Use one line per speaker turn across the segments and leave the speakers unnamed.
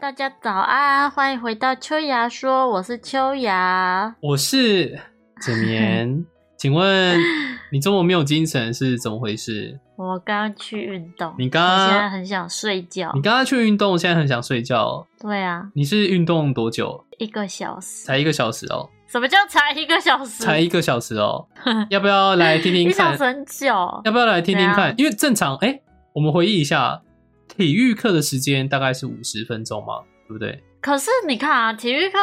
大家早安，欢迎回到秋芽说，我是秋芽。
我是简 眠，请问你中午没有精神是怎么回事？
我刚刚去运动，
你刚
我
刚
现在很想睡觉
你。刚刚去运动，现在很想睡觉。
对啊，
你是运动多久？
一个小时。
才一个小时哦，
什么叫才一个小时？
才一个小时哦，要不要来听
嗯
听
一小
看
时？很久。啊
要不要来听听
怎
看
样？
因为正常，哎、我们回忆一下，体育课的时间大概是五十分钟嘛，对不对？
可是你看啊，体育课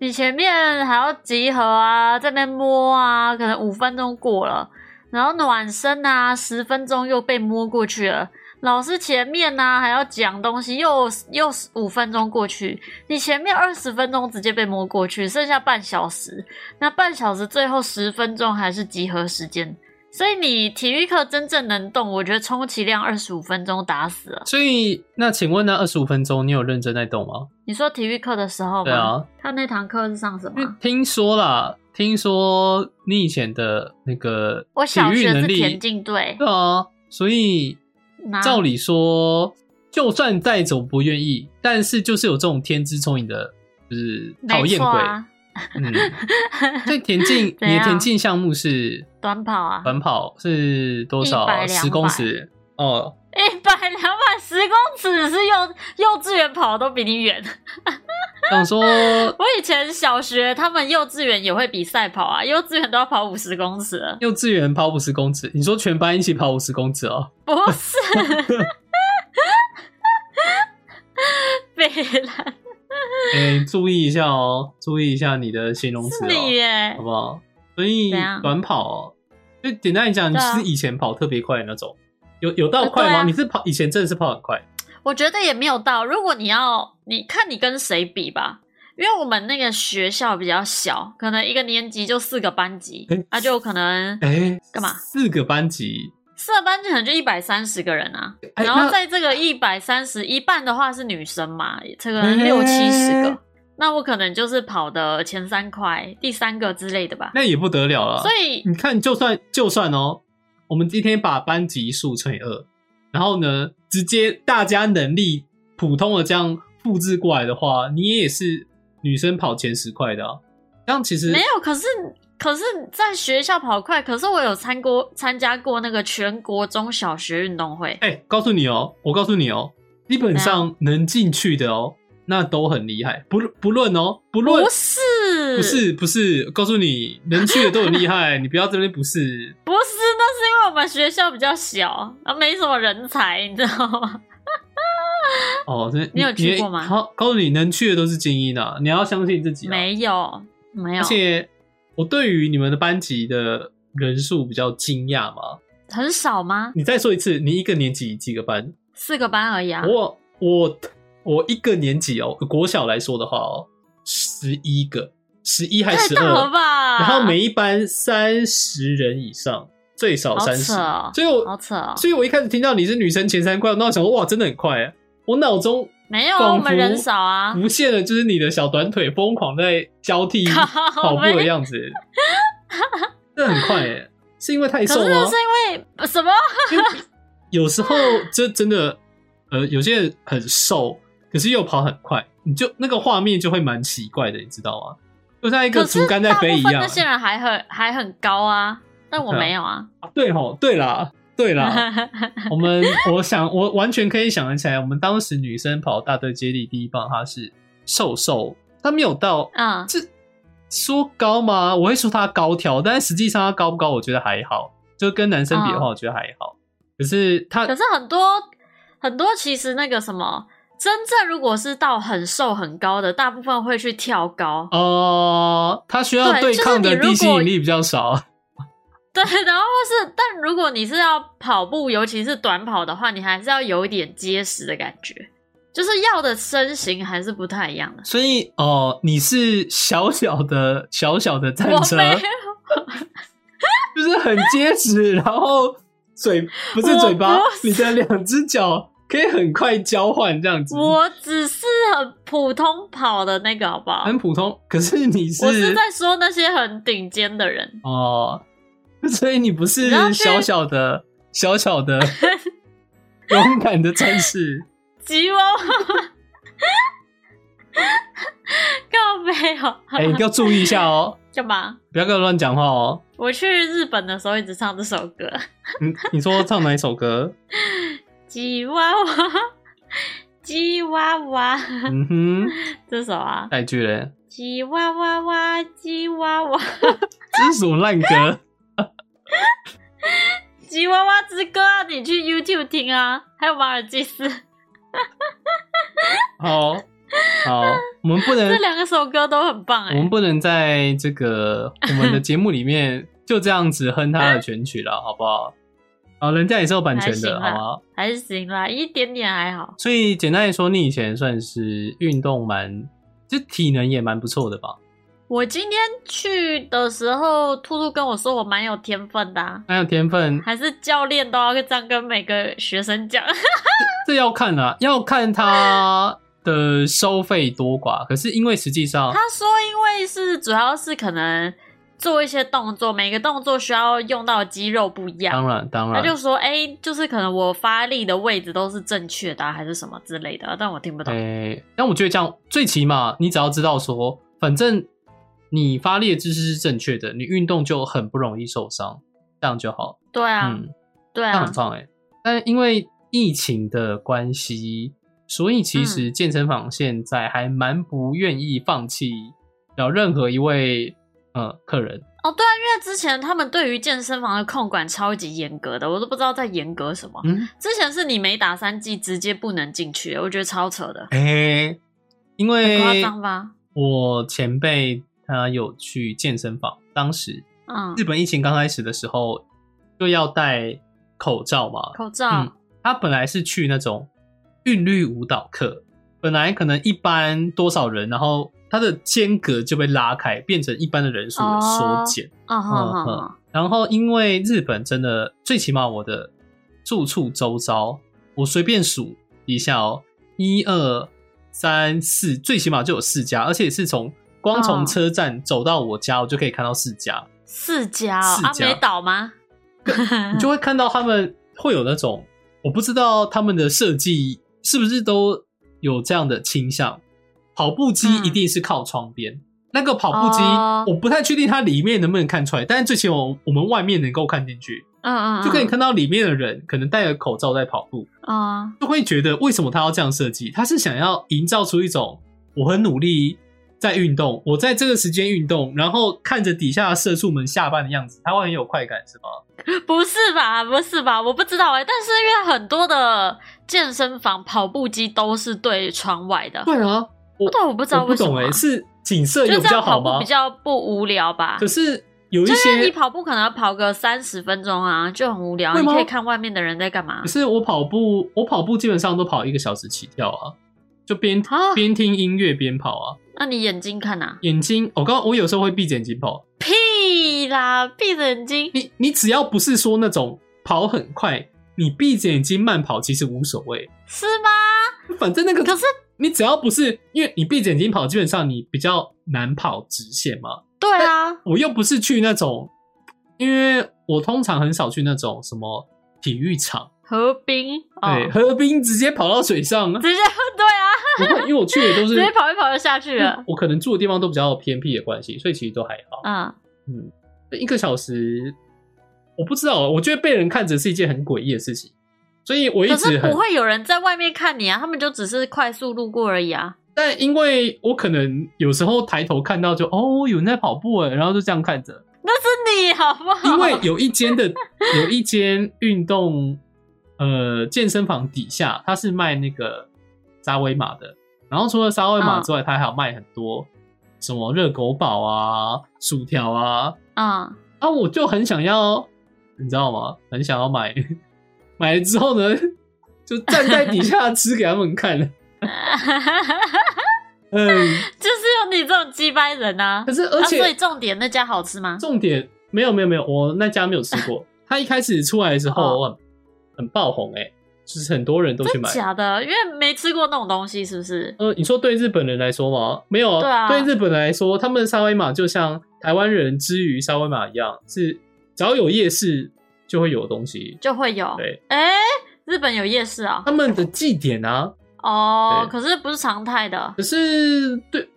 你前面还要集合啊，在那边摸啊，可能五分钟过了，然后暖身啊，十分钟又被摸过去了。老师前面呢、还要讲东西，又又五分钟过去，你前面二十分钟直接被摸过去，剩下半小时，那半小时最后十分钟还是集合时间，所以你体育课真正能动，我觉得充其量二十五分钟打死了。
所以，那请问那二十五分钟你有认真在动吗？
你说体育课的时候吗？
对啊，
他那堂课是上什么
因为
啊？
听说啦，听说你以前的那个
我
体
小
育
学
能
是哦啊
力
田径队，
对啊，所以
那
照理说，就算再怎么不愿意，但是就是有这种天资聪颖的，就是讨
没
厌
错
鬼。
啊，
嗯，所以田径，
怎样
你的田径项目是
短跑啊，
短跑是多少
100？
十公尺哦，
一百、两百、十公尺是幼幼稚园跑都比你远。
想说
我以前小学他们幼稚园也会比赛跑啊，幼稚园都要跑五十公尺了，
幼稚园跑五十公尺，你说全班一起跑五十公尺哦？
不 是？ 北兰
哎、注意一下哦，注意一下你的形容词
是
哦，
你耶
好，不好？所以
怎样
短跑、哦，就简单来讲，你
对啊
是以前跑特别快的那种，有有到快
呃对
吗？
啊
你是跑以前真的是跑很快，
我觉得也没有到。如果你要，你看你跟谁比吧，因为我们那个学校比较小，可能一个年级就四个班级
诶，
那、就可能
哎、
干嘛
四个班级，
四个班级可能就一百三十个人啊。
哎
然后
那
在这个一百三十一半的话是女生嘛，这个
诶
六七十个，那我可能就是跑的前三块、第三个之类的吧。
那也嗯不得了了。
所以
你看，就算就算哦，我们今天把班级数乘以二，然后呢，直接大家能力普通的这样复制过来的话，你也是女生跑前十块的、啊，这样其实
没有，可是可是在学校跑快，可是我有参过参加过那个全国中小学运动会。
哎、告诉你哦，我告诉你哦，基本上能进去的哦，那都很厉害，不不论哦，不论
不是，
不是不是，告诉你能去的都很厉 害，你不要这边不是，
不是，那是因为我们学校比较小，啊，没什么人才，你知道吗？
哦，真的
你有去过吗
好，告诉你能去的都是精英啊，你要相信自己、啊。
没有，没有
而，且我对于你们的班级的人数比较惊讶嘛。
很少吗？
你再说一次，你一个年级几个班？
四个班而已啊。
我我我一个年级哦，国小来说的话哦，十一个，十一还
太
十
大了
二，
吧？
然后每一班三十人以上，最少
好
三
扯
十、
哦
所以我
好扯哦，
所以我一开始听到你是女生前三块，那我想说哇，真的很快啊。我脑中
没有啊，
仿
我
佛
们人少啊。
浮现的就是你的小短腿疯狂在交替跑
靠
步的
背
样子， 这很快耶，是因为太
可
瘦
是
吗
那是？因为呃什么？
因为有时候这真的，呃，有些人很瘦，可是又跑很快，你就那个画面就会蛮奇怪的，你知道吗？就像一个
可是
竹竿在
大部
飞一
分
样
那。些人还很还很高啊，但我
对啊
没有啊。
啊对吼，对啦，对啊啦，我们我想我完全可以想得起来，我们当时女生跑大队接力第一棒，她是瘦瘦，她没有到
嗯，
这说高吗？我会说他高挑，但是实际上他高不高，我觉得还好，就跟男生比的话，我觉得还好。可是他
啊可是很多很多其实那个什么，真正如果是到很瘦很高的，大部分会去跳高。
哦呃，他需要
对就是
抗的
你如
地心
果
引力比较少。
对，然后或是，但如果你是要跑步，尤其是短跑的话，你还是要有一点结实的感觉，就是要的身形还是不太一样的。
所以哦、你是小小的小小的战
我
车，
没有，
就是很结实， 然后嘴不是
我
嘴巴
不，
你的两只脚可以很快交换这样子，
我只是很普通跑的那个，好不好？
很普通。可是你是
我是在说那些很顶尖的人，
哦，所以你不是
然后去
小小的、小 小的勇敢的战士，
吉娃娃告没有？
哎、你要注意一下哦，
哦干嘛？
不要跟我乱讲话哦。
我去日本的时候一直唱这首歌，
你你说唱哪一 首歌？
吉娃娃，吉娃娃，
嗯哼，
这首啊，
哪一句嘞？
吉娃娃哇，吉娃娃，
这是什么烂歌？
吉娃娃之歌啊，你去 YouTube 听啊，还有马尔济斯，
呃好好，我们不能
这两个首歌都很棒哎、
我们不能在这个我们的节目里面就这样子哼他的全曲了，好 不好？啊，人家也是有版权
还行啊
的，
啦
好不好？
还行啦，一点点还好。
所以简单来说，你以前算是运动蛮，就体能也蛮不错的吧？
我今天去的时候，兔兔跟我说我蛮有天分的、啊，
蛮有天分，
还是教练都要这样跟每个学生讲。
啊这要 看啦、要看他的收费多寡。可是因为实际上
他，说，因为是主要是可能做一些动作，每个动作需要用到的肌肉不一样。
当然当
他
然，
就说，哎、就是可能我发力的位置都是正确的啊、还是什么之类的啊，但我听不懂。
诶、但哎我觉得这样最起码你只要知道说，反正你发力的姿势是正确的，你运动就很不容易受伤，这样就好。
对啊，
嗯，
对
那
啊
很，棒哎、但因为疫情的关系，所以其实健身房现在还蛮不愿意放弃了任何一位呃客人。
哦，对啊，因为之前他们对于健身房的控管超级严格的，我都不知道在严格什么。
嗯，
之前是你没打三剂直接不能进去，我觉得超扯的，
哎、因
很夸
为
张吧？
我前辈他有去健身房，当时
嗯
日，本疫情刚开始的时候就要戴口罩嘛，
口罩，
嗯他本来是去那种韵律舞蹈课，本来可能一般多少人，然后他的间隔就被拉开，变成一般的人数的缩减。
嗯哼哼
嗯
哼，
然后因为日本真的，最起码我的住处周遭，我随便数一下哦，一二三四，最起码就有四家，而且是从光从
哦
车站走到我家，我就可以看到四家。
四家哦，
四
啊
家
没倒吗？
你
嗯
就会看到他们会有那种，我不知道他们的设计是不是都有这样的倾向。跑步机
嗯
一定是靠窗边，那个跑步机、
哦
我不太确定它里面能不能看出来，但是最起码我我们外面能够看进去，
嗯 嗯，嗯
就可以看到里面的人可能戴着口罩在跑步，
嗯
就会觉得为什么他要这样设计？他是想要营造出一种我很努力在运动，我在这个时间运动，然后看着底下的社畜们下班的样子，他会很有快感，是吗？
不是吧？不是吧？我不知道哎、但是因为很多的健身房跑步机都是对窗外的，
对啊，我
对，我不知道
我不
为什
懂
么啊、
哎、是景色有
就
比
这
较
样
好
跑步
吗
比？较不无聊吧？
可是有一
就是你
些，
跑步可能要跑个三十分钟啊，就很无聊。
会
你
吗
可以看外面的人在干嘛
可。是我跑步，我跑步基本上都跑一个小时起跳啊，就边
啊
边听音乐边跑啊，
那你眼睛看啊？
眼睛，我刚我有时候会闭着眼睛跑。
屁啦，闭着眼睛。
你你只要不是说那种跑很快，你闭着眼睛慢跑其实无所谓，
是吗？
反正那个
可是
你只要不是因为你闭着眼睛跑，基本上你比较难跑直线嘛，
对啊，
我又不是去那种，因为我通常很少去那种什么体育场，
河滨哦，
对，河滨直接跑到水上，
直接对啊，
不会，因为我去的都
直
是
接跑一跑就下去
因为
了。
我可能住的地方都比较偏僻的关系，所以其实都还好。
嗯，
嗯，一个小时，我不知道，啊我觉得被人看着是一件很诡异的事情，所以我一
可
直
是
很
不，会有人在外面看你啊，他们就只是快速路过而已啊。
但因为我可能有时候抬头看到就哦有人在跑步哎，然后就这样看着，
那是你好不好？
因为有一间 的有一间运动呃健身房底下，它是卖那个沙威玛的。然后除了沙威玛
嗯
之外，它还有卖很多什么热狗堡啊、薯条啊。
嗯，
啊，我就很想要，你知道吗？很想要买， 买了之后呢，就站在底下吃给他 们看。嗯，
就是有你这种鸡掰人啊
可。是而
啊，
且、
所以重点那家好吃吗？
重点没有没有没有，我那家没有吃 过。它一开始出来的时候
哦
哇很爆红哎、就是很多人都去
真
买。
假的？因为没吃过那种东西，是不是？
呃，你说对日本人来说吗？没有
对啊
对日本人来说，他们的沙威玛就像台湾人之于沙威玛一样，是只要有夜市就会有东西。
就会有。
对，
哎，日本有夜市啊、
他们的祭典啊，
哦，
对
可是不是常态的
可是对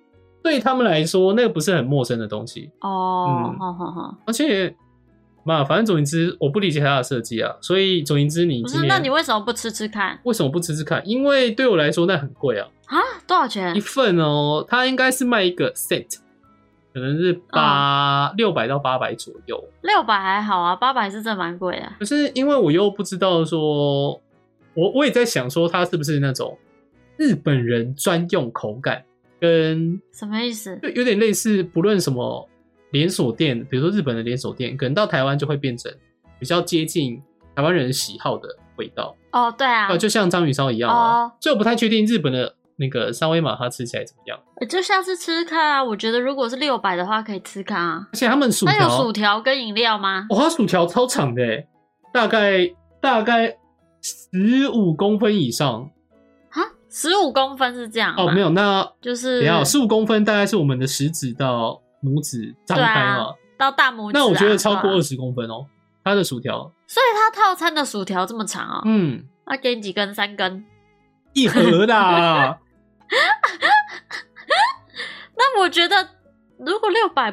对他们来说，那个不是很陌生的东西，
哦
嗯，
好好好，
而且嘛，反正总而言之，我不理解它的设计啊。所以总而言之，你
不
今
是，那
年
你为什么不吃吃看
为什么不吃吃看？因为对我来说那很贵啊，
啊？多少钱
一？份哦，它应该是卖一个 set，可能是八六百到八百左右。
六百还好啊，八百是真的蛮贵的。
可是因为我又不知道说，我我也在想说，它是不是那种日本人专用口感，跟
什么意思？
就有点类似，不论什么连锁店，比如说日本的连锁店，可能到台湾就会变成比较接近台湾人喜好的味道，
哦，对啊，
啊，就像章鱼烧一样啊。
哦
所以我不太确定日本的那个沙威玛它吃起来怎么样，
呃就下次吃吃看啊。我觉得如果是六百的话，可以吃看啊。
而且他们薯
那有薯
条，
条
哦
跟饮料吗？
哇，它薯条超长的欸，大概大概十五公分以上
啊，十五公分是这样
哦，
吗
没，有，那
就是
等一下哦十五公分大概是我们的食指到拇指张开嘛，
到大啊拇指啊。
那我觉得超过
对
二
啊
十公分哦，它的薯条，
所以它套餐的薯条这么长哦，
嗯。
那给你几根？三根？
一盒 啦，
那我觉得如果六百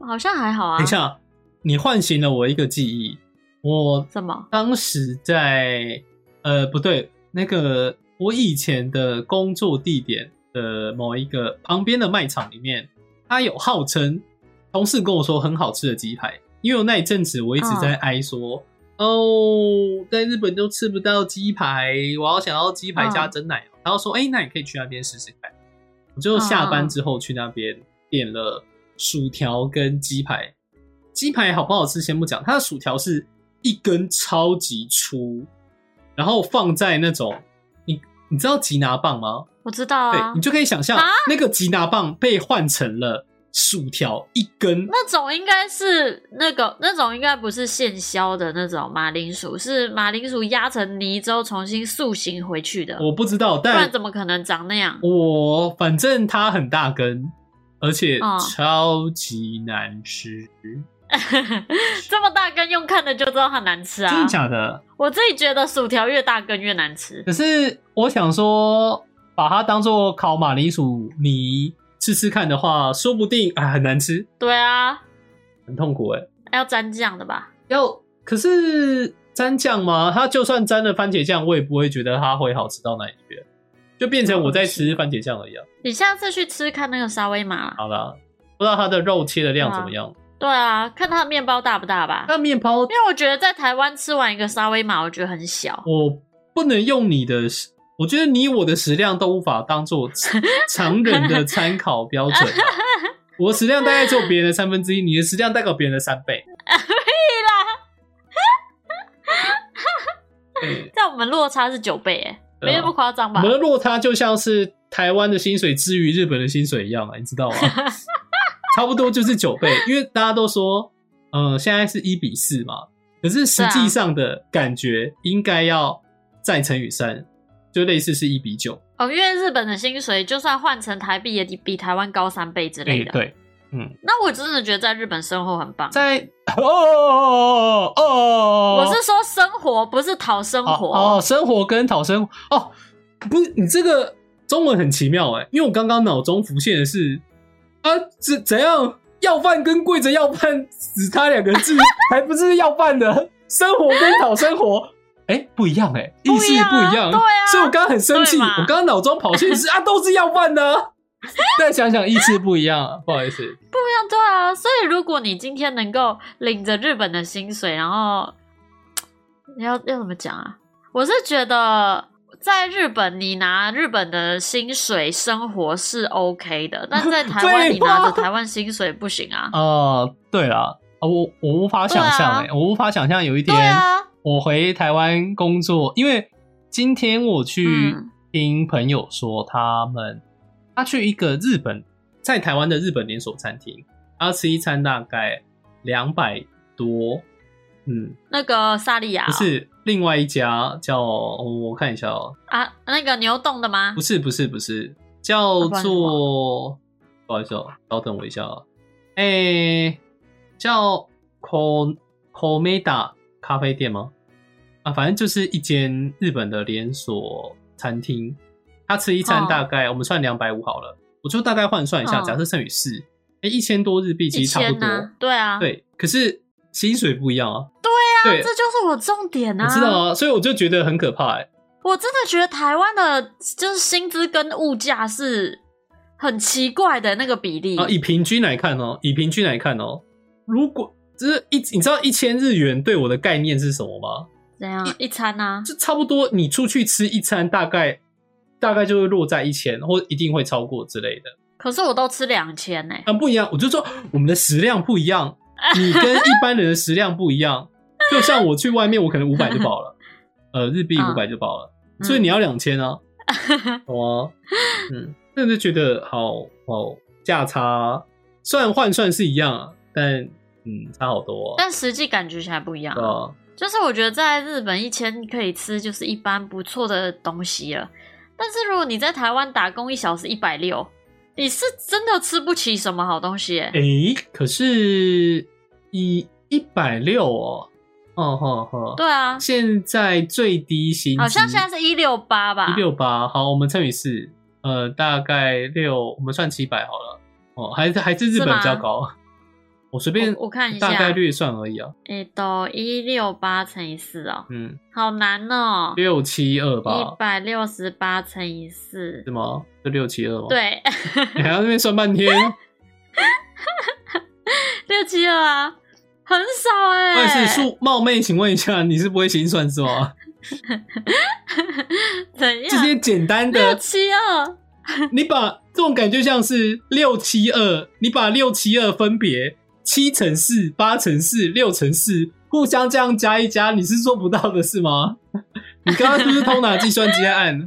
好像还好啊。
等一下，你唤醒了我一个记忆。我
什么？
当时在呃，不对，那个我以前的工作地点的某一个旁边的卖场里面，它有号称同事跟我说很好吃的鸡排，因为我那一阵子我一直在哀说。哦，在日本都吃不到鸡排，我好想要鸡排加真奶哦。然后说，哎、那你可以去那边试试看。我就下
嗯
班之后去那边点了薯条跟鸡排。鸡排好不好吃先不讲，它的薯条是一根超级粗，然后放在那种你你知道吉拿棒吗？
我知道
对
啊
你，就可以想象
啊
那个吉拿棒被换成了薯条一根，
那种应该是那个那种应该不是现削的那种马铃薯，是马铃薯压成泥之后重新塑形回去的，
我不知道，
不然
但
怎么可能长那样？
我反正它很大根，而且
嗯
超级难吃，
这么大根用看的就知道它难吃啊！
真的假的？
我自己觉得薯条越大根越难吃
可是我想说，把它当做烤马铃薯泥试试看的话，说不定啊很难吃，
对啊，
很痛苦哎、欸。
要沾酱的吧？
要可是沾酱吗？它就算沾了番茄酱，我也不会觉得它会好吃到哪里去，就变成我在吃番茄酱而已啊。
你下次去吃看那个沙威玛啦。
好啦，不知道它的肉切的量怎么样？
对啊，看它的面包大不大吧？
那面包
因为我觉得在台湾吃完一个沙威玛，我觉得很小。
我不能用你的食，我觉得你我的食量都无法当做常人的参考标准啊、我的食量大概只有别人的三分之一，你的食量大概有别人的三倍。对，
在我们落差是九倍、欸，
对啊
没那么夸张
我
吧
们？的落差就像是台湾的薪水之于日本的薪水一样啊，你知道吗？差不多就是九倍，因为大家都说，呃，现在是一比四嘛，可是实际上的感觉应该要再乘以三，就类似是一比九。
哦，因为日本的薪水就算换成台币也比比台湾高三倍之类
哎，
的。，
对，
那我真的觉得在日本生活很棒。
在哦哦，
我是说生活，不是讨生活。
哦哦，生活跟讨生活哦，不，你这个中文很奇妙哎，因为我刚刚脑中浮现的是啊，怎怎样要饭跟跪着要饭只差两个 字，还不是要饭的生活跟讨生活。哎，不一样哎，意
不
思
一样
不
啊
一样，
对啊
所以我刚刚很生气，
对嘛
我刚刚脑中跑现是啊，都是要饭 的啊，再想想意思不一样啊，不好意思，
那对啊，所以如果你今天能够领着日本的薪水，然后要要怎么讲啊？我是觉得在日本你拿日本的薪水生活是 OK 的，但 在台湾
废
你拿
话
着台湾薪水不行啊。
哦，对啦，啊，我我无法想
对
象
啊
哎、我无法想象有一天
对啊，
我回台湾工作，因为今天我去
嗯
听朋友说，他们、他去一个日本在台湾的日本连锁餐厅，他吃一餐大概两百多，嗯，
那个萨莉亚哦、
不是另外一家叫我看一下哦、
啊，那个牛冻的吗
不？是不是不是，叫
那啊不然是什
做不好意思哦、稍等我一下啊、诶、叫 Ko Komeda 咖啡店吗？啊，反正就是一间日本的连锁餐厅，他吃一餐
哦
大概、我们算两百五好了，我就大概换算一下，
哦
假设剩余四，哎，一千多日币其
一
实差不
千
多。
呢？对啊，
对，可是薪水不一样啊。对
这就是我重点啊！
我知道啊，所以我就觉得很可怕、欸。
我真的觉得台湾的就是薪资跟物价是很奇怪的那个比例。
啊，以平均来看哦，以平均来看哦，如果就是一，你知道一千日元对我的概念是什么吗？
怎样一餐啊？
就差不多你出去吃一餐，大概大概就会落在一千，或一定会超过之类的。
可是我都吃两千呢。
但不一样，我就说我们的食量不一 样，你跟一般人的食量不一样。就像我去外面，我可能五百就 饱了，呃，日币
嗯
五百就饱了，
嗯
所以你要两 千啊，懂吗？嗯，那就觉得好好价差，啊虽然换算是一样啊，但嗯差好多、啊，
但实际感觉起来不一样
对。啊，
就是我觉得在日本一千可以吃就是一般不错的东西了，但是如果你在台湾打工一小时一百六，你是真的吃不起什么好东西耶、
诶、可是一一百六哦，哦吼吼，
对啊，
现在最低薪
好像
资
现在是一六八吧
一，六八，好，我们乘以四，呃，大概六，我们算七百好了。哦，还是还是日本比较高，我随便
我我看一下
大概略算而已啊。
诶，都一六八乘以四哦，
嗯，
好难哦、
六七二
一
吧，
百六十八乘以四
是，吗？就六七二吗？，
对，
你还要那边算半天，
六七二啊，很少哎、
但是数冒昧，请问一下，你是不会心算是吗？
怎
这
样？
些简单
六
的，
七二，
你把这种感觉像是六七二，你把六七二分别七乘四、八乘四、六乘四互相这样加一加，你是做不到的是吗？ 你刚刚是不是偷拿计算机在按？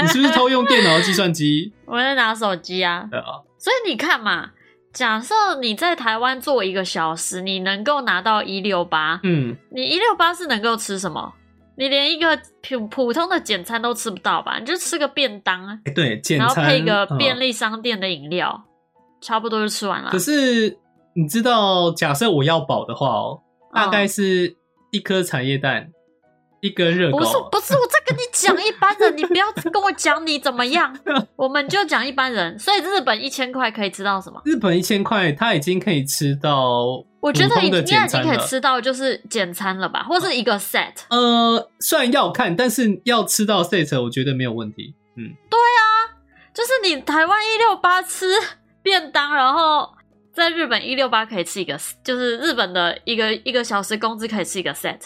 你是不是偷用电脑的计算机？
我在拿手机啊，
对啊，
所以你看嘛，假设你在台湾做一个小时，你能够拿到一六八，
嗯，
你一六八是能够吃什么？你连一个普普通的简餐都吃不到吧？你就吃个便当啊，
哎、对，简
然后
餐
配一个便、
嗯
利商店的饮料，差不多就吃完了
可。是你知道，假设我要饱的话哦，
嗯
大概是一颗茶叶蛋，一根热狗。
不是不是，我在跟你讲一般人，你不要跟我讲你怎么样， 我们就讲一般人。所以日本一千块可以吃到什么？
日本一千块，它已经可以吃到
我觉得
普通
已
的
应该
简
已经
餐
可以
了
吃到就是简餐了吧，或是一个 set。
呃，虽然要看，但是要吃到 set，我觉得没有问题。嗯，
就是你台湾一六八吃便当，然后在日本一六八可以吃一个，就是日本的一个一个小时工资可以吃一个 set。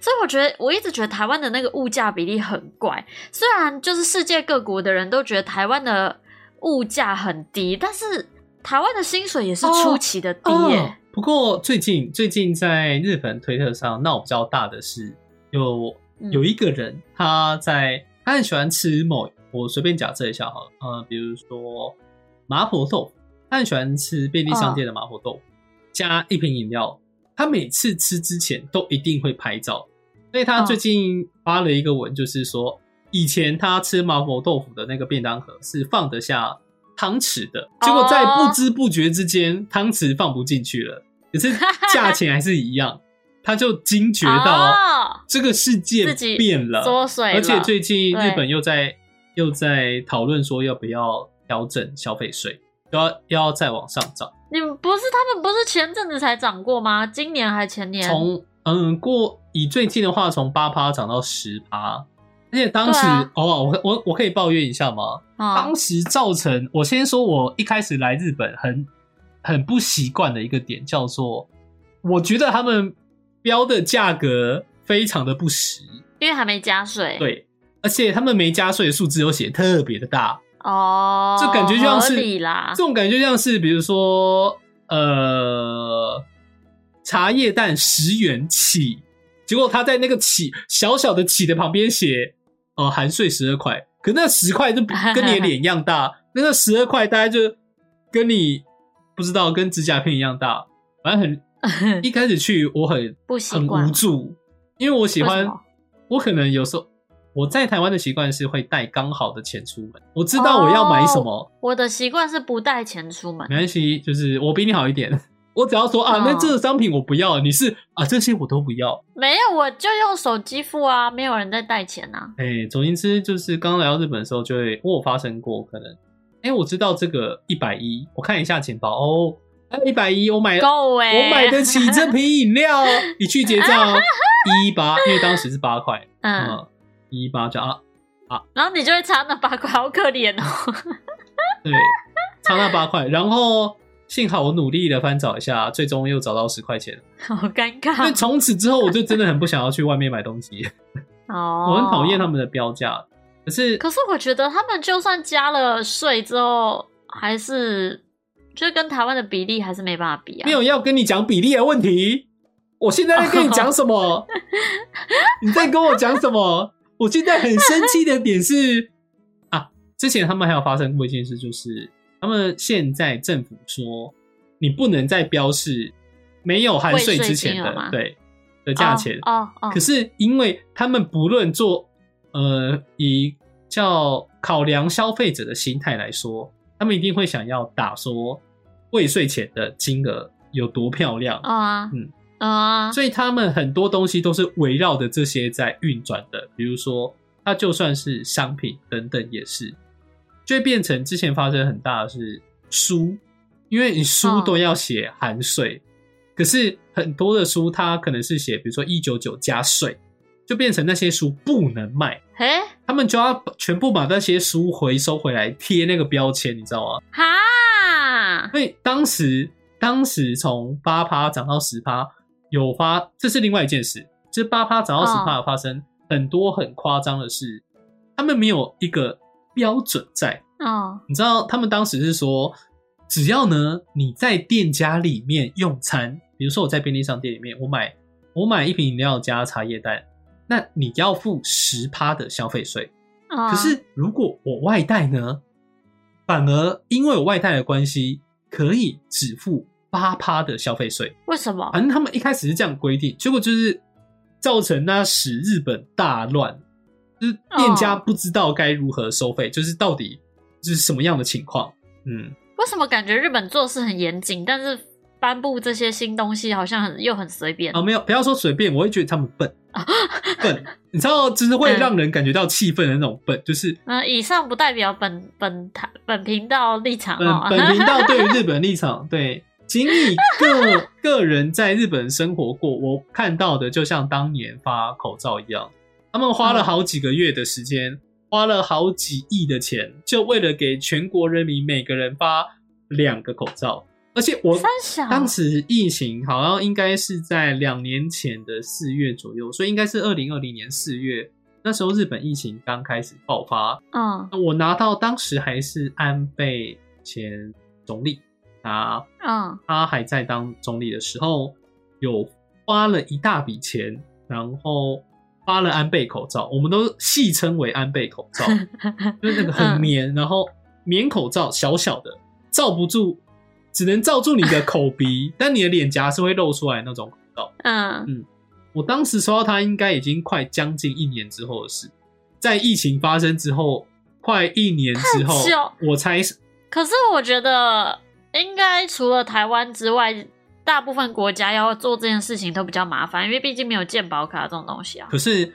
所以我觉得，我一直觉得台湾的那个物价比例很怪。虽然就是世界各国的人都觉得台湾的物价很低，但是台湾的薪水也是出奇的低耶、
哦。不过最近最近在日本推特上闹比较大的是，有
嗯
有一个人他在他很喜欢吃某，我随便假设一下好了，呃，比如说麻婆豆腐，他很喜欢吃便利商店的麻婆豆腐，加一瓶饮料。他每次吃之前都一定会拍照，所以他
哦
最近发了一个文，就是说以前他吃麻婆豆腐的那个便当盒是放得下汤匙的，结果在
哦
不知不觉之间汤匙放不进去了，可是价钱还是一样，他就惊觉到
哦
这个世界
自己
变了，
缩水了，
而且最近
对
日本又在又在讨论说要不要调整消费税，要要再往上涨。
你们不是他们不是前阵子才涨过吗？今年还前年？
从嗯过以最近的话，从八趴涨到十趴，而且当时、
对啊
哦，我我我可以抱怨一下吗？
啊
当时造成我先说，我一开始来日本很很不习惯的一个点叫做，我觉得他们标的价格非常的不实，
因为还没加税。
对，而且他们没加税的数字有写特别的大，
哦，
这感觉就像是
合理啦
这，种感觉像是比如说呃茶叶蛋十元起，结果他在那个起小小的起的旁边写呃含税十二块，可那十块就跟你的脸一样大，那个十二块大概就跟你不知道跟指甲片一样大，反正很一开始去我很
不习
很
惯
无助，因为我喜
为
欢
什么，
我可能有时候我在台湾的习惯是会带刚好的钱出门，我知道我要买什么，
我的习惯是不带钱出门
没。关系，就是我比你好一点，我只要说啊，
嗯
那这个商品我不要，你是啊，这些我都不要。
没有，我就用手机付啊，没有人在带钱啊。
哎、总言之，就是刚来到日本的时候，就会我有发生过可能，哎、我知道这个一百一，我看一下钱包哦，一百一，我买
够哎、
我买得起这瓶饮料，你去结账哦，一八，因为当时是八块，
嗯，
嗯，一八就啊，
然后你就会差那八块，好可怜哦。
对，差那八块，然后幸好我努力的翻找一下，最终又找到十 块钱，
好尴
但
尬
从此之后我就真的很不想要去外面买东西，
哦，
我很讨厌他。们的标价，可是
可是我觉得他们就算加了税之后，还是就跟台湾的比例还是没办法比啊。
没有要跟你讲比例的问题，我现在在跟你讲什 么？你在跟我讲什么？我现在很生气的点是啊，之前他们还有发生过一件事，就是他们现在政府说你不能再标示没有含税
未税
之前
金额
的
吗
对的价钱，
哦哦，哦
可是因为他们不论做呃以叫考量消费者的心态来说，他们一定会想要打说未税前的金额有多漂亮，
哦啊，
嗯
嗯啊，
所以他们很多东西都是围绕着这些在运转的，比如说它就算是商品等等也是，就会变成之前发生很大的是书，因为你书
嗯
都要写含税，可是很多的书它可能是写比如说一九九加税，就变成那些书不能卖，
哎、
他们就要把全部把那些书回收回来贴那个标签，你知道吗？
哈，
所以当时当时从八趴涨到十趴，有发这是另外一件事，就是八趴涨到十趴的发生、很多很夸张的事，他们没有一个标准在，
哦，
你知道他们当时是说，只要呢你在店家里面用餐，比如说我在便利商店里面，我买我买一瓶饮料加茶叶蛋，那你要付十趴的消费税。
哦
可是如果我外带呢，反而因为我外带的关系，可以只付八趴的消费税。
为什么？
反正他们一开始是这样规定，结果就是造成那使日本大乱，就是店家
哦
不知道该如何收费，就是到底就是什么样的情况。嗯，
为什么感觉日本做事很严谨，但是颁布这些新东西好像很又很随便
啊，？没有，不要说随便，我会觉得他们笨，笨，你知道，就是会
嗯
让人感觉到气愤的那种笨，就是
嗯、以上不代表本本台本频道立场
本
哦。
本频道对于日本立场， 对，仅以个个人在日本生活过，我看到的就像当年发口罩一样，他们花了好几个月的时间，花了好几亿的钱，就为了给全国人民每个人发两个口罩，而且我
三小，
当时疫情好像应该是在两年前的四月左右，所以应该是二零二零年四月，那时候日本疫情刚开始爆发，
嗯
我拿到当时还是安倍前总理，啊，
嗯
他还在当总理的时候，有花了一大笔钱，然后发了安倍口罩，我们都戏称为安倍口罩，就是那个很棉，然后棉口罩小小的，罩不住，只能罩住你的口鼻， 但你的脸颊是会露出来那种口罩。
嗯
我当时收到它，应该已经快将近一年之后的事，在疫情发生之后，快一年之后
太久，
我才是
可是我觉得应该除了台湾之外，大部分国家要做这件事情都比较麻烦，因为毕竟没有健保卡这种东西啊。
可是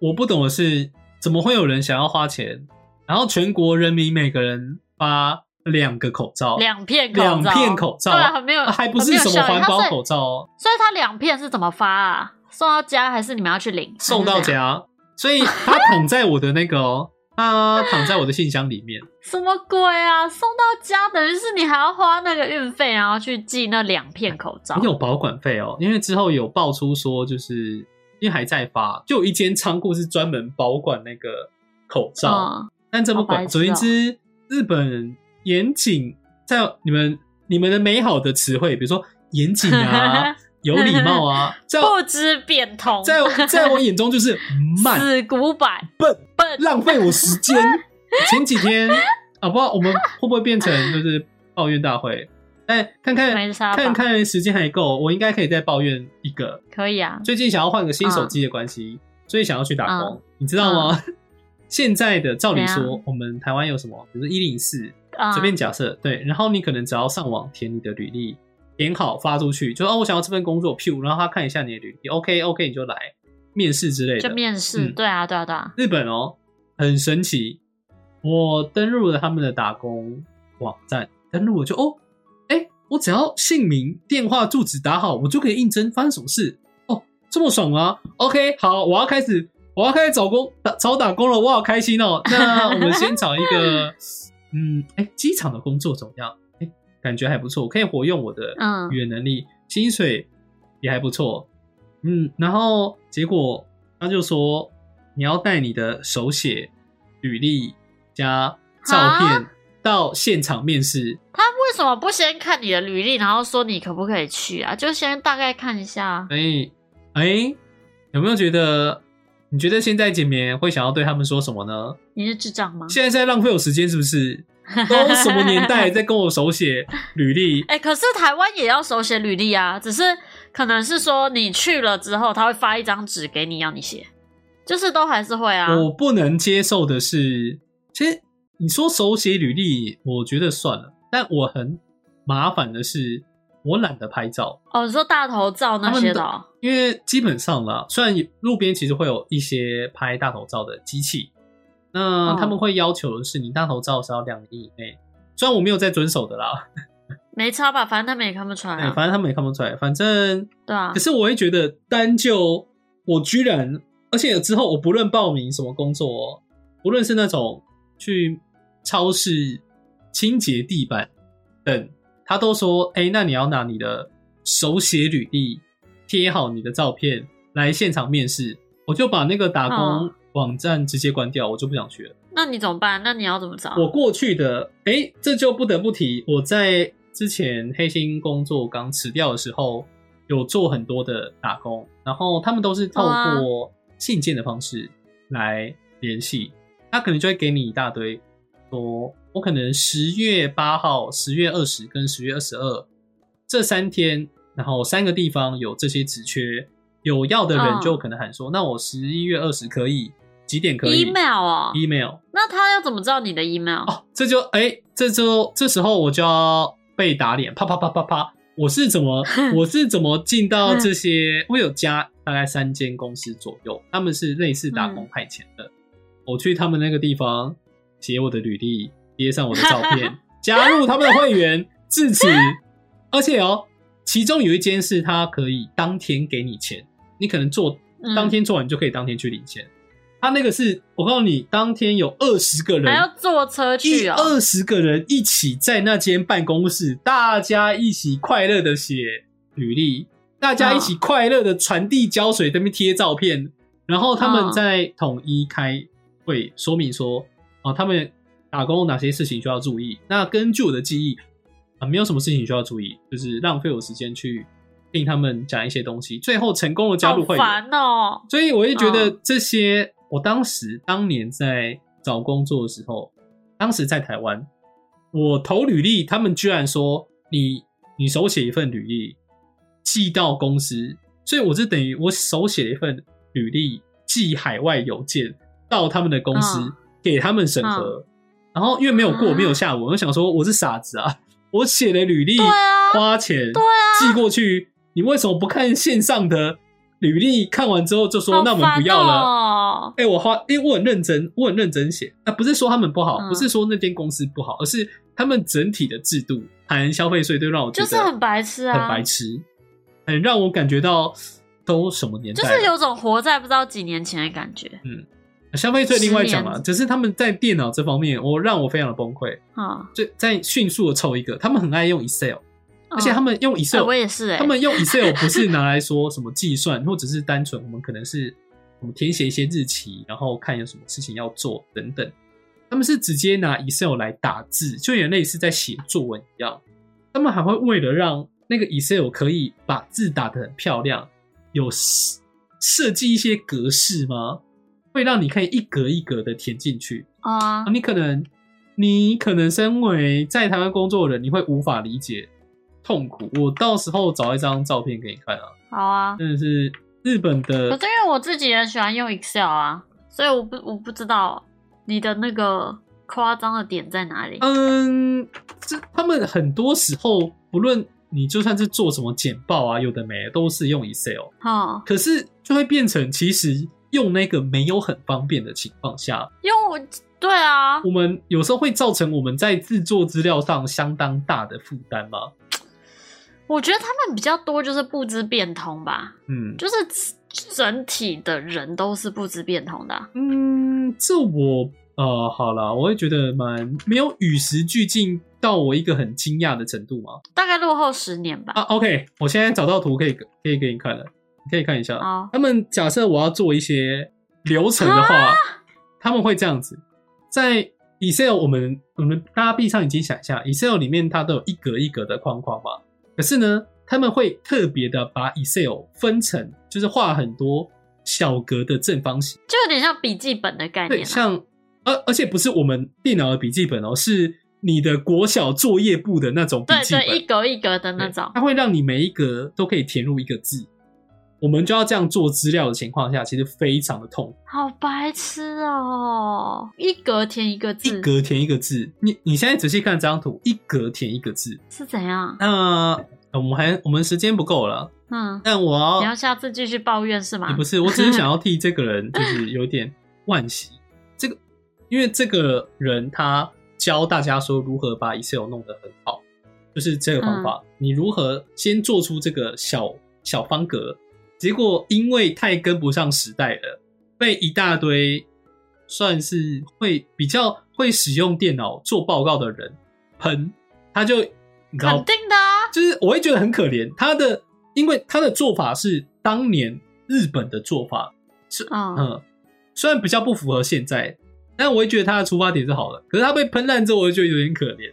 我不懂的是，怎么会有人想要花钱，然后全国人民每个人发两个口罩，
两片口罩，
哦两片口罩
对啊，很没有，
啊还不
很
是
没有
什么
效益
环保
它是
口罩哦，
所以它两片是怎么发啊？送到家还是你们要去领？
送到
还是怎样，
家，所以它躺在我的那个哦，它躺在我的信箱里面。
什么鬼啊？送到家等于是你还要花那个运费，然后去寄那两片口罩
你。有保管费哦，因为之后有爆出说，就是因为还在发，就有一间仓库是专门保管那个口罩，
嗯，
但这不
好
管。
白痴哦
总言之，日本严谨，在你们你们的美好的词汇，比如说严
嗯
谨 啊、有礼貌啊，在
不知变通，
在我在我眼中 就是慢，
死古板
笨
笨。
浪费我时 间。前几天啊，不知道我们会不会变成就是抱怨大会？但看看
没啊啥吧
看看时间还够，我应该可以再抱怨一个。
可以啊，
最近想要换个新手机的关
嗯
系，所以想要去打工，你知道吗？ 现在的照理
怎
说，我们台湾有什么，比如说一零四，
啊、
随便假设，对，然后你可能只要上网填你的履历，填好发出去，就说哦，我想要这份工作，p 然后他看一下你的履历，OK OK，你就来面试之类
就
的。
面试，
嗯
对啊，对啊，对啊，
日本哦，很神奇，我登录了他们的打工网站，登录我就哦，哎、我只要姓名、电话、住址打好，我就可以应征，发生什么事？哦，这么爽吗？OK，好，我要开始，我要开始找工打找打工了，我好开心哦。那我们先找一个，嗯，哎、机场的工作怎么样？哎、感觉还不错，我可以活用我的
嗯
语言能力，薪水也还不错。嗯，然后结果他就说你要带你的手写履历加照片
啊
到现场面试。
他为什么不先看你的履历，然后说你可不可以去啊？就先大概看一下。
所以，哎，有没有觉得？你觉得现在简棉会想要对他们说什么呢？
你是智障吗？
现在在浪费我时间是不是？都什么年代在跟我手写履历？
哎、可是台湾也要手写履历啊，只是可能是说你去了之后，他会发一张纸给你，要你写，就是都还是会啊。
我不能接受的是，其实你说手写履历，我觉得算了，但我很麻烦的是，我懒得拍照，
哦，你说大头照那些的哦、
因为基本上啦，虽然路边其实会有一些拍大头照的机器，那
哦
他们会要求的是你大头照是要两年以内，虽然我没有在遵守的啦，
没差吧？反正他们也看不出来、
哎
啊。
反正他们也看不出来，反正
对啊
可，是我会觉得单就我居然，而且之后我不论报名什么工作、哦，不论是那种去超市清洁地板等，他都说，哎、那你要拿你的手写履历，贴好你的照片来现场面试。我就把那个打工
嗯
网站直接关掉，我就不想去了。
那你怎么办？那你要怎么找？
我过去的，哎、这就不得不提，我在之前黑心工作刚辞掉的时候，有做很多的打工，然后他们都是透
哦啊
过信件的方式来联系，他可能就会给你一大堆，说我可能十月八号、十月二十跟十月二十二这三天，然后三个地方有这些职缺，有要的人
嗯
就可能喊说，那我十一月二十可以几点可以
email 哦，
email
那他要怎么知道你的 email？、
哦，这就哎、这就这时候我就要被打脸，啪啪啪啪啪！我是 怎么我是怎么进
嗯
到这些？我有加大概三间公司左右，他们是类似
嗯
打工派遣的。我去他们那个地方写我的履历，贴上我的照片，加入他们的会员，至此。而且哦，其中有一间是他可以当天给你钱，你可能做
嗯
当天做完你就可以当天去领钱。他那个是我告诉你，当天有二十个人，
还要坐车
一
去哦。
二十个人一起在那间办公室，大家一起快乐的写履历，大家一起快乐的传递胶水，在那边贴照片，然后他们
嗯
在统一开会说明说，啊，他们打工有哪些事情需要注意。那根据我的记忆，啊，没有什么事情需要注意，就是浪费我时间去听他们讲一些东西，最后成功的加入
好
会员。
烦哦。
所以我就觉得
嗯
这些，我当时当年在找工作的时候，当时在台湾，我投履历，他们居然说你你手写一份履历寄到公司，所以我就等于我手写了一份履历寄海外邮件到他们的公司、
嗯
给他们审核，然后因为没有过，
啊
没有下文，我就想说我是傻子啊，我写了履历
对啊，
花钱，
对啊，
寄过去，你为什么不看线上的履历？看完之后就说、
好
那我们
烦
不要了。
哦。
哎、我花，因为我很认真，我很认真写。啊，不是说他们不好，
嗯
不是说那间公司不好，而是他们整体的制度含消费税，都让我觉
就
得
是很白痴啊，
很白痴，很让我感觉到都什么年代
就
了，
是有种活在不知道几年前的感觉
消费税另外讲
十
了，
年
只是他们在电脑这方面，我让我非常的崩溃。
啊。
就在迅速的凑一个，他们很爱用 Excel，、而且
嗯
他们用
哎
Excel，
我也是哎，
他们用 Excel 不是拿来说什么计算，或者是单纯我们可能是 我们填写一些日期，然后看有什么事情要做等等。他们是直接拿 Excel 来打字，就有点类似在写作文一样。他们还会为了让那个 Excel 可以把字打得很漂亮，有设设计一些格式吗？会让你可以一格一格的填进去。
啊
啊，你可能，你可能身为在台湾工作的人，你会无法理解痛苦。我到时候找一张照片给你看啊，
好啊。
真的是日本
可
的
是因为我自己也喜欢用 Excel 啊，所以我不我不知道你的那个夸张的点在哪里。
嗯，这他们很多时候，不论你就算是做什么简报啊，有的没的都是用 Excel，
哈、
可是就会变成其实用那个没有很方便的情况下，
因为我对啊，
我们有时候会造成我们在制作资料上相当大的负担嘛。
我觉得他们比较多就是不知变通吧，
嗯
就是整体的人都是不知变通的啊、
嗯，这我呃好啦，我会觉得蛮没有与时俱进到我一个很惊讶的程度嘛。
大概落后十年吧。
啊，OK，我现在找到图可以可以给你看了，你可以看一下。
好
他们假设我要做一些流程的话，他们会这样子，在 Excel 我们我们大家闭上眼睛想一下，Excel 里面它都有一格一格的框框嘛，可是呢，他们会特别的把 Excel 分成，就是画很多小格的正方形，
就有点像笔记本的概
对，
念、啊，
像而、而且不是我们电脑的笔记本哦，是你的国小作业簿的那种笔
对
记本，
对，一格一格的那
对
种。
它会让你每一格都可以填入一个字。我们就要这样做资料的情况下，其实非常的痛苦，
好白痴哦、一格填一个字，
一格填一个字。你你现在仔细看这张图，一格填一个字。
是怎样？
那、呃我们还我们时间不够了，
嗯，
但我要
你要下次继续抱怨是吗？
哦也不是，我只是 想要替这个人就是有点惋惜。 这个，因为这个人他教大家说如何把 Excel 弄得很好，就是这个方法，
嗯
你如何先做出这个小小方格，结果因为太跟不上时代了，被一大堆算是会比较会使用电脑做报告的人喷，他就你知道
肯定的啊，
就是我会觉得很可怜。他的，因为他的做法是当年日本的做法，
嗯，
嗯，虽然比较不符合现在，但我会觉得他的出发点是好的。可是他被喷烂之后，我就觉得有点可 怜。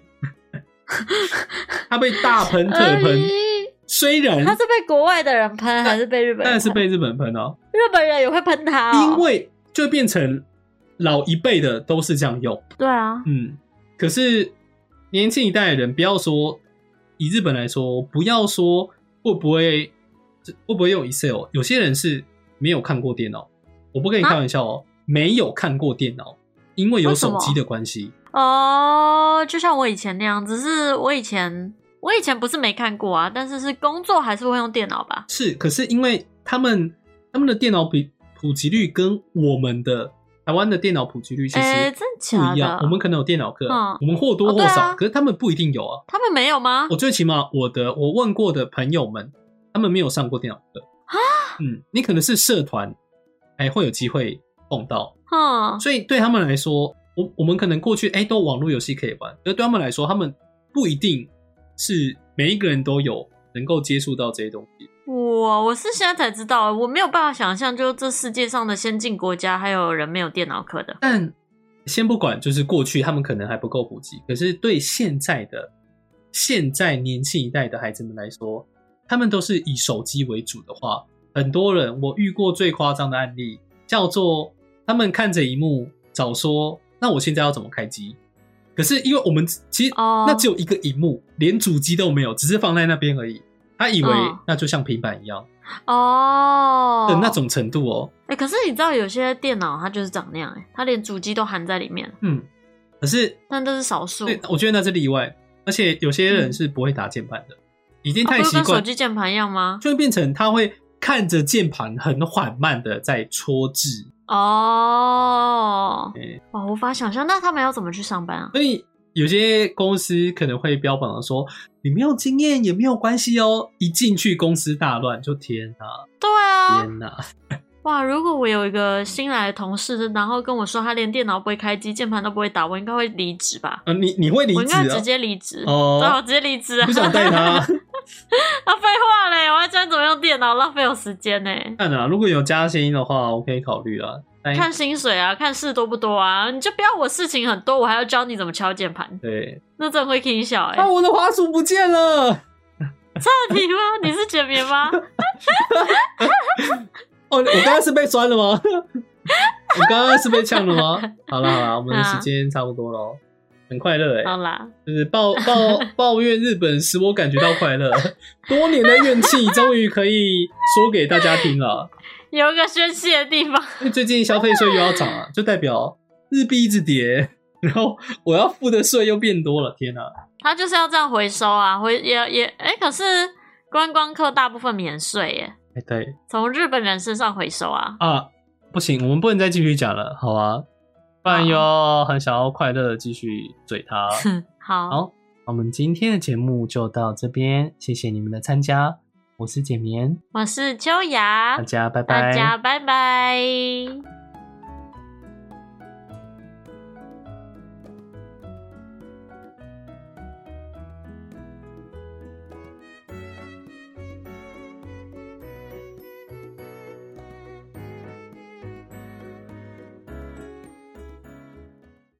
他被大喷特喷，
哎
虽
他
然
是被国外的人喷还是被日本人喷？
但是被日本喷哦，
日本人也会喷他、哦，
因为就变成老一辈的都是这样用，
对啊，
嗯。可是年轻一代的人，不要说以日本来说，不要说会不会会不会用 Excel，有些人是没有看过电脑，我不跟
啊
你开玩笑哦，没有看过电脑，因为有
为什
手
么
机的关系。
哦，就像我以前那样，只是我以前我以前不是没看过啊，但是是工作还是会用电脑吧？
是，可是因为他们他们的电脑比普及率跟我们的台湾的电脑普及率其
哎、
实
真
不
假
一样，
的？
我们可能有电脑课，
嗯
我们或多或
哦对
少，
啊
可是他们不一定有啊。
他们没有吗？
我最起码我的我问过的朋友们，他们没有上过电脑课
啊。
嗯，你可能是社团，哎，会有机会碰到，
哼，
所以对他们来说，我我们可能过去哎都网络游戏可以玩，而对他们来说，他们不一定是每一个人都有能够接触到这些东西。
我我是现在才知道，我没有办法想象，就这世界上的先进国家还有人没有电脑课的。
但先不管，就是过去他们可能还不够普及，可是对现在的现在年轻一代的孩子们来说，他们都是以手机为主的话，很多人我遇过最夸张的案例叫做他们看着一幕找说，那我现在要怎么开机？可是因为我们其实
哦
那只有一个荧幕，连主机都没有，只是放在那边而已。他以为
嗯
那就像平板一样
哦，
的那。种程度哦。
哎、可是你知道有些电脑它就是长那样、哎，它连主机都含在里面，
嗯，可是
但这是少数。
对，我觉得那是例外，而且有些人是不会打键盘的，已经
它啊
太
不是嗯
习
哦跟手
惯，
机键盘一样吗？
就会变成他会看着键盘很缓慢的在戳字。
哦，
对
哇，无法想象，那他们要怎么去上班啊？
所以有些公司可能会标榜的说，你没有经验也没有关系哦，一进去公司大乱，就天哪、
对啊，
天哪、
哇！如果我有一个新来的同事，然后跟我说他连电脑不会开机，键盘都不会打，我应该会离职吧？
呃，你你会离
我应
职
该
啊
直？接离职。对，我
哦，
直接离职啊！
不想带他。
啊，废话嘞，我还教你怎么用电脑，浪费我时间呢。
看啊，如果有加薪的话，我可以考虑啊。但
看薪水啊，看事多不多啊，你就不要我事情很多，我还要教你怎么敲键盘，
对，
那真的会听小哎、
啊，我的滑鼠不见了。
那你吗？你是简棉 吗？
哦，我刚刚是被酸了吗？ 我刚刚是被呛了吗？好了好了，我们的时间差不多了，很快乐哎、
好啦，
就是抱抱抱怨日本使我感觉到快乐，多年的怨气终于可以说给大家听了。
有一个宣泄的地方。
啊因为最近消费税又要涨了，就代表日币一直跌， 然后我要付的税又变多了，天哪、
他就是要这样回收啊，回也也哎、可是观光客大部分免税耶，
哎，对
从日本人身上回收啊。
啊，不行，我们不能再继续讲了，好啊，不然又要很想要快乐地继续嘴他。
好，
好，我们今天的节目就到这边，谢谢你们的参加，我是简眠，
我是秋雅
大，家拜拜，
大家拜拜。